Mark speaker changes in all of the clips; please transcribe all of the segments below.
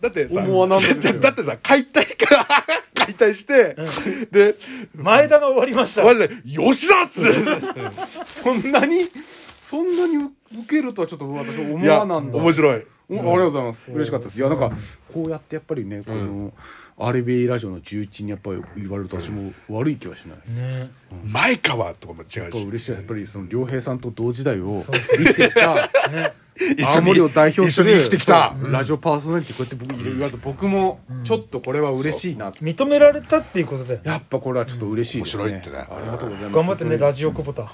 Speaker 1: だってさ、
Speaker 2: 思わなんですよ
Speaker 1: だってさ、解体から、 解体して、で、
Speaker 2: 前田が終わりました
Speaker 1: マジで、吉田っつって。
Speaker 2: そんなにそんなに受けるとはちょっと私思
Speaker 1: いや、
Speaker 2: わなんだ
Speaker 1: 面白い。
Speaker 2: おありがとうございます嬉しかったですいやなんかこうやってやっぱりねこの RBA ラジオの重鎮にやっぱり言われると私も悪い気はしないや
Speaker 3: ね
Speaker 1: 前川とかも違う
Speaker 2: っぱ
Speaker 1: し、
Speaker 2: 嬉しいやっぱりその良平さんと同時代を生きてき た
Speaker 1: 一緒
Speaker 2: 青
Speaker 1: に、
Speaker 2: 森を代表
Speaker 1: 一
Speaker 2: す
Speaker 1: 緒
Speaker 2: る
Speaker 1: に生きてきた。
Speaker 2: そうラジオパーソナリティこうやって僕言われて僕もちょっとこれは嬉しいな
Speaker 3: 認められたっていうことだよ
Speaker 2: やっぱこれはちょっと嬉しいですね
Speaker 1: 面白いってね
Speaker 2: ありがとうございます
Speaker 3: 頑張ってねラジオ久保田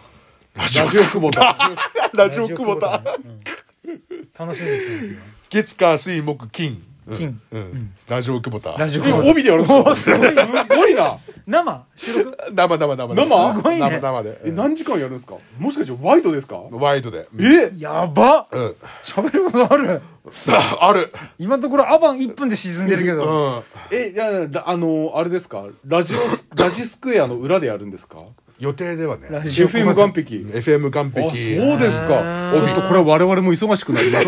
Speaker 1: ラジ
Speaker 2: ラジオ久保田
Speaker 1: オ、ラジオ久保田。
Speaker 3: 田楽しみですね
Speaker 1: 月火水木金。
Speaker 3: 金
Speaker 1: うん。ラジオ久保田。
Speaker 3: ラジオ
Speaker 2: え
Speaker 3: 久保田
Speaker 2: 帯でやるん ですかすごいな
Speaker 3: 生収録
Speaker 1: 生生生
Speaker 2: 生
Speaker 1: です
Speaker 2: す
Speaker 3: ごいね
Speaker 1: 生生で。
Speaker 2: え何時間やるんですかもしかしてワイドですか
Speaker 1: ワイドで。うん
Speaker 2: え
Speaker 3: やば
Speaker 1: うん。
Speaker 3: 喋ることある
Speaker 1: ある。
Speaker 3: 今のところアバン1分で沈んでるけ
Speaker 1: う
Speaker 3: ど
Speaker 1: ん。
Speaker 2: えいやらあのあれですかラ ジオラジスクエアの裏でやるんですか
Speaker 1: 予定ではね。
Speaker 3: ラジオ
Speaker 2: FM 岸壁
Speaker 1: FM 完
Speaker 2: あそう
Speaker 1: 璧。
Speaker 2: ですかちょっとこれは我々も忙しくなります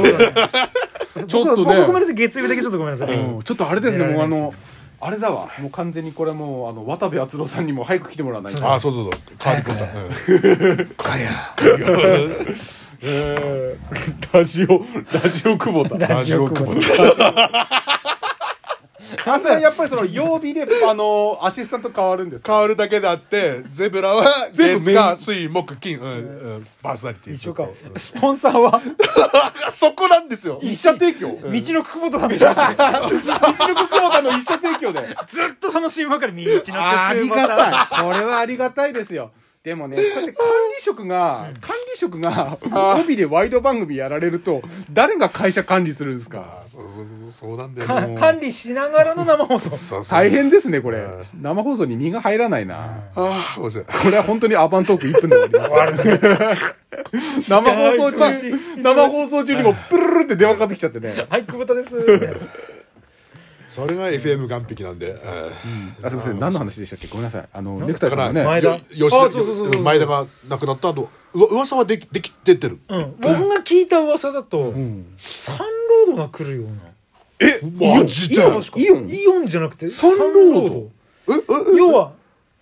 Speaker 2: ちょっと
Speaker 3: 僕僕ごめん
Speaker 2: ね
Speaker 3: なさい月曜日だけちょっとごめんなさい
Speaker 2: うんちょっとあれですね
Speaker 3: 寝
Speaker 2: もう
Speaker 3: られ
Speaker 2: あ
Speaker 3: ない
Speaker 2: のあれだわもう完全にこれもうあの渡部篤郎さんにも早く来てもらわないと
Speaker 1: あ、そうそうそう。変わってた。うん
Speaker 3: かや
Speaker 2: えー ラジオラジオ久保田
Speaker 1: ラジオ久保田。
Speaker 2: あそれやっぱりその曜日であのアシスタント変わるんですか
Speaker 1: 変わるだけであって、ゼブラは
Speaker 2: 全部
Speaker 1: 月
Speaker 2: メイン
Speaker 1: 火水木金。うんうん。パーソナリティ。
Speaker 3: 一緒かスポンサーは
Speaker 1: そこなんですよ。
Speaker 2: 一社提供
Speaker 3: 道の久保田さんでしょ
Speaker 2: 一力久保田の一社提供で
Speaker 3: ずっとその CM ばっかり道の
Speaker 2: ああり
Speaker 3: 久保
Speaker 2: が
Speaker 3: 田
Speaker 2: たいこれはありがたいですよでもねこうやって管理職が管理職が帯でワイド番組やられると誰が会社管理するんですか
Speaker 1: あそうそうそう、そうなんだよね。
Speaker 3: か管理しながらの生放送
Speaker 1: そうそう。
Speaker 2: 大変ですねこれ
Speaker 1: うん
Speaker 2: 生放送に身が入らないな
Speaker 1: ああ、面白い。
Speaker 2: これは本当にアバントーク1分で終わります生放送
Speaker 3: いや忙し
Speaker 2: 中
Speaker 3: い忙しい
Speaker 2: 生放送中にもプルルルって電話かかってきちゃってね
Speaker 3: はい久保田です
Speaker 1: それが FM 完璧なんで。うん
Speaker 2: あすいません何の話でしたっけごめんなさいあのネクタイさんが
Speaker 3: 前
Speaker 2: ね
Speaker 3: 田
Speaker 1: よ吉
Speaker 3: あそうそうそうそ
Speaker 1: 田、
Speaker 3: う
Speaker 1: 前田が亡くなった後、うわ噂はでき、でき、出てる。
Speaker 3: うん僕が聞いた噂だとサンロードが来るような
Speaker 2: え
Speaker 1: マジで
Speaker 2: イオンイオン
Speaker 3: イオンじゃなくて
Speaker 2: サンロード
Speaker 1: え、え、
Speaker 3: サンロード要は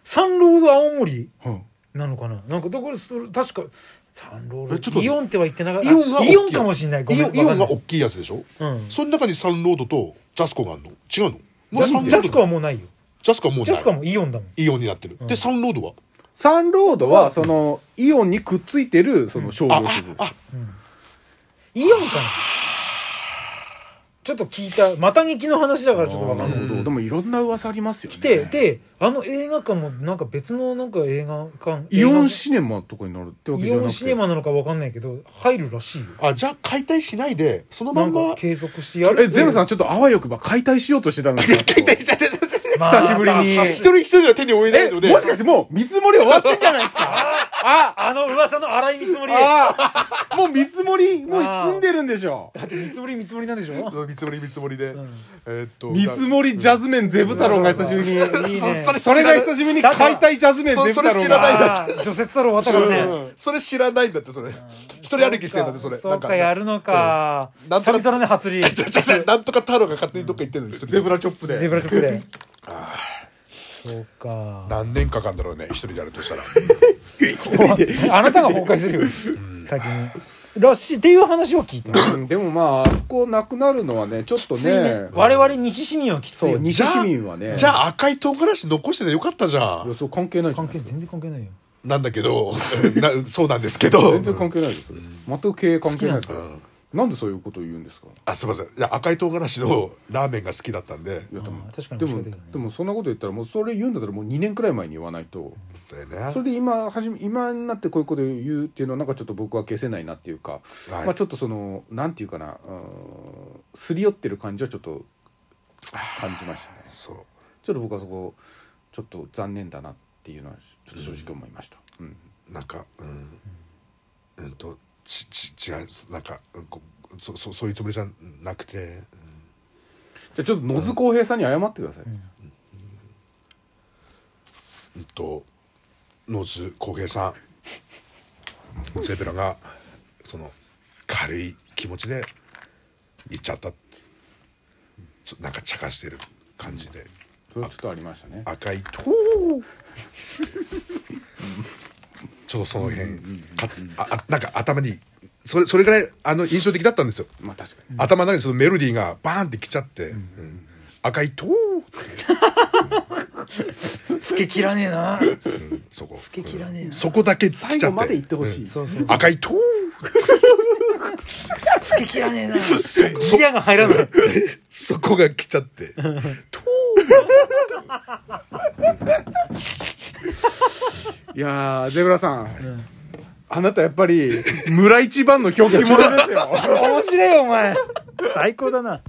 Speaker 3: サンロード青森
Speaker 2: うん
Speaker 3: なのかななんかどこでそれ確かサンロー
Speaker 1: えちょっ
Speaker 3: ド
Speaker 1: と
Speaker 3: イオンっては言ってながら
Speaker 1: イオンが大きい
Speaker 3: イオンかもしれないごめ
Speaker 1: イ
Speaker 3: ん
Speaker 1: オンイオン
Speaker 3: わ
Speaker 1: が
Speaker 3: かん
Speaker 1: 大きいやつでしょ、
Speaker 3: うん
Speaker 1: その中にサンロードとジャスコがあるの違うのもう
Speaker 3: ないジャスコはもうないよ
Speaker 1: ジャスコはもう
Speaker 3: ジ
Speaker 1: ない
Speaker 3: ャスコはもうイオンだもん
Speaker 1: イオンになってる、でサンロードは
Speaker 2: サンロードはそのイオンにくっついてるその商業施設
Speaker 3: イオンかなちょっと聞いたまた劇の話だからちょっとわかん
Speaker 2: な
Speaker 3: な
Speaker 2: る
Speaker 3: い
Speaker 2: ほどでもいろんな噂ありますよね
Speaker 3: 来てであの映画館もなんか別のなんか映画館
Speaker 2: イオ
Speaker 3: 映画
Speaker 2: ンシネマとかになるってわけじ
Speaker 3: イ
Speaker 2: ゃなく
Speaker 3: オ
Speaker 2: て
Speaker 3: ンシネマなのかわかんないけど入るらしいよ
Speaker 1: あじゃあ解体しないでそのま
Speaker 3: なんん
Speaker 1: ま
Speaker 3: か継続してやる
Speaker 2: えゼロさんちょっとあわよくば解体しようとしてたのに解体し久しぶりに
Speaker 1: 一人一人が手に負えない
Speaker 2: え
Speaker 1: ので
Speaker 2: もしかしてもう見積もり終わってんじゃないですかあ
Speaker 3: あの噂の荒い見積もりだ
Speaker 2: ああもう見積もりもう済んでるんでしょ
Speaker 3: って見積もり見積もりなんでしょ
Speaker 1: 見積もり見積もりで、
Speaker 3: ん
Speaker 1: えーっと
Speaker 2: 見積もりジャズメンゼブ太郎が久しぶり
Speaker 3: いい
Speaker 2: に
Speaker 3: ね
Speaker 1: それ
Speaker 2: それが久しぶりに解体ジャズメンゼブ
Speaker 1: そそ
Speaker 2: 太
Speaker 1: れ
Speaker 2: 郎
Speaker 1: 知らない
Speaker 2: が
Speaker 1: だ
Speaker 3: あー除雪太郎渡る
Speaker 2: うん
Speaker 3: ね
Speaker 1: それ知らないんだってそれ一人歩きしてんだってそれ
Speaker 3: そうかやるのか
Speaker 1: うんなんと
Speaker 3: 久
Speaker 1: か
Speaker 3: 々だね初リ
Speaker 1: ちょちょちょなんとか太郎が勝手にどっか行ってるんですよ
Speaker 2: ゼブラチョップ
Speaker 3: ゼ
Speaker 2: で
Speaker 3: ブラチョップでそうか
Speaker 1: 何年かかんだろうね一人でやるとしたら
Speaker 3: あなたが崩壊するよ先にらしいっていう話を聞いた
Speaker 2: うんでもまああそこなくなるのはねちょっと
Speaker 3: きついね
Speaker 2: ね
Speaker 3: 我々西市民はきつい
Speaker 2: そう
Speaker 3: よ
Speaker 2: 西市民はね
Speaker 1: じゃあ赤い唐辛子残しててよかったじゃ
Speaker 2: い
Speaker 1: ん
Speaker 2: やそう関係ないじゃん
Speaker 3: 関係全然関係ないよ
Speaker 1: なんだけど なそうなんですけど
Speaker 2: 全然関係ないですよ全く経営関係ないですから
Speaker 1: うん
Speaker 2: なんでそういうことを言うんですか
Speaker 1: あすいませんいや赤い唐辛子のラーメンが好きだったんで
Speaker 2: いやでも
Speaker 3: あー確かに
Speaker 2: で
Speaker 3: 間
Speaker 2: も
Speaker 3: 違いないよね
Speaker 2: でもそんなこと言ったらもうそれ言うんだったらもう2年くらい前に言わないと
Speaker 1: そう
Speaker 2: そ
Speaker 1: ね
Speaker 2: れで今はじめ今になってこういうことを言うっていうのはなんかちょっと僕は消せないなっていうか、
Speaker 1: はい
Speaker 2: まあちょっとそのなんていうかなうーんすり寄ってる感じはちょっと感じましたね
Speaker 1: そう
Speaker 2: ちょっと僕はそこちょっと残念だなっていうのはちょっと正直思いました、うん
Speaker 1: なんかうんうんとちち違うなんかうんこそそそういうつもりじゃなくて、うん
Speaker 2: じゃあちょっと野津浩平さんに謝ってください、
Speaker 1: うんと野津浩平 さんゼブラがその軽い気持ちで行っちゃったってそなんか茶化してる感じで、
Speaker 2: それちょっとありましたね
Speaker 1: 赤いと ちょっとその辺、かああなんか頭にそれそれぐらいあの印象的だったんですよ、
Speaker 2: まあ確かに
Speaker 1: 頭の中にそのメロディーがバーンってきちゃって、うん赤いと
Speaker 3: つけ切らねえな
Speaker 1: そこ
Speaker 3: つけ切らねえな
Speaker 1: そこだけ来ちゃって
Speaker 2: 最後まで行ってほしい、
Speaker 3: そうそう
Speaker 1: 赤いと
Speaker 3: つけ切らねえなギアが入 らない
Speaker 1: そこが来ちゃって。とー
Speaker 2: いやーゼブラさん、あなたやっぱり村一番の表記者ですよ
Speaker 3: 面白いよお前最高だな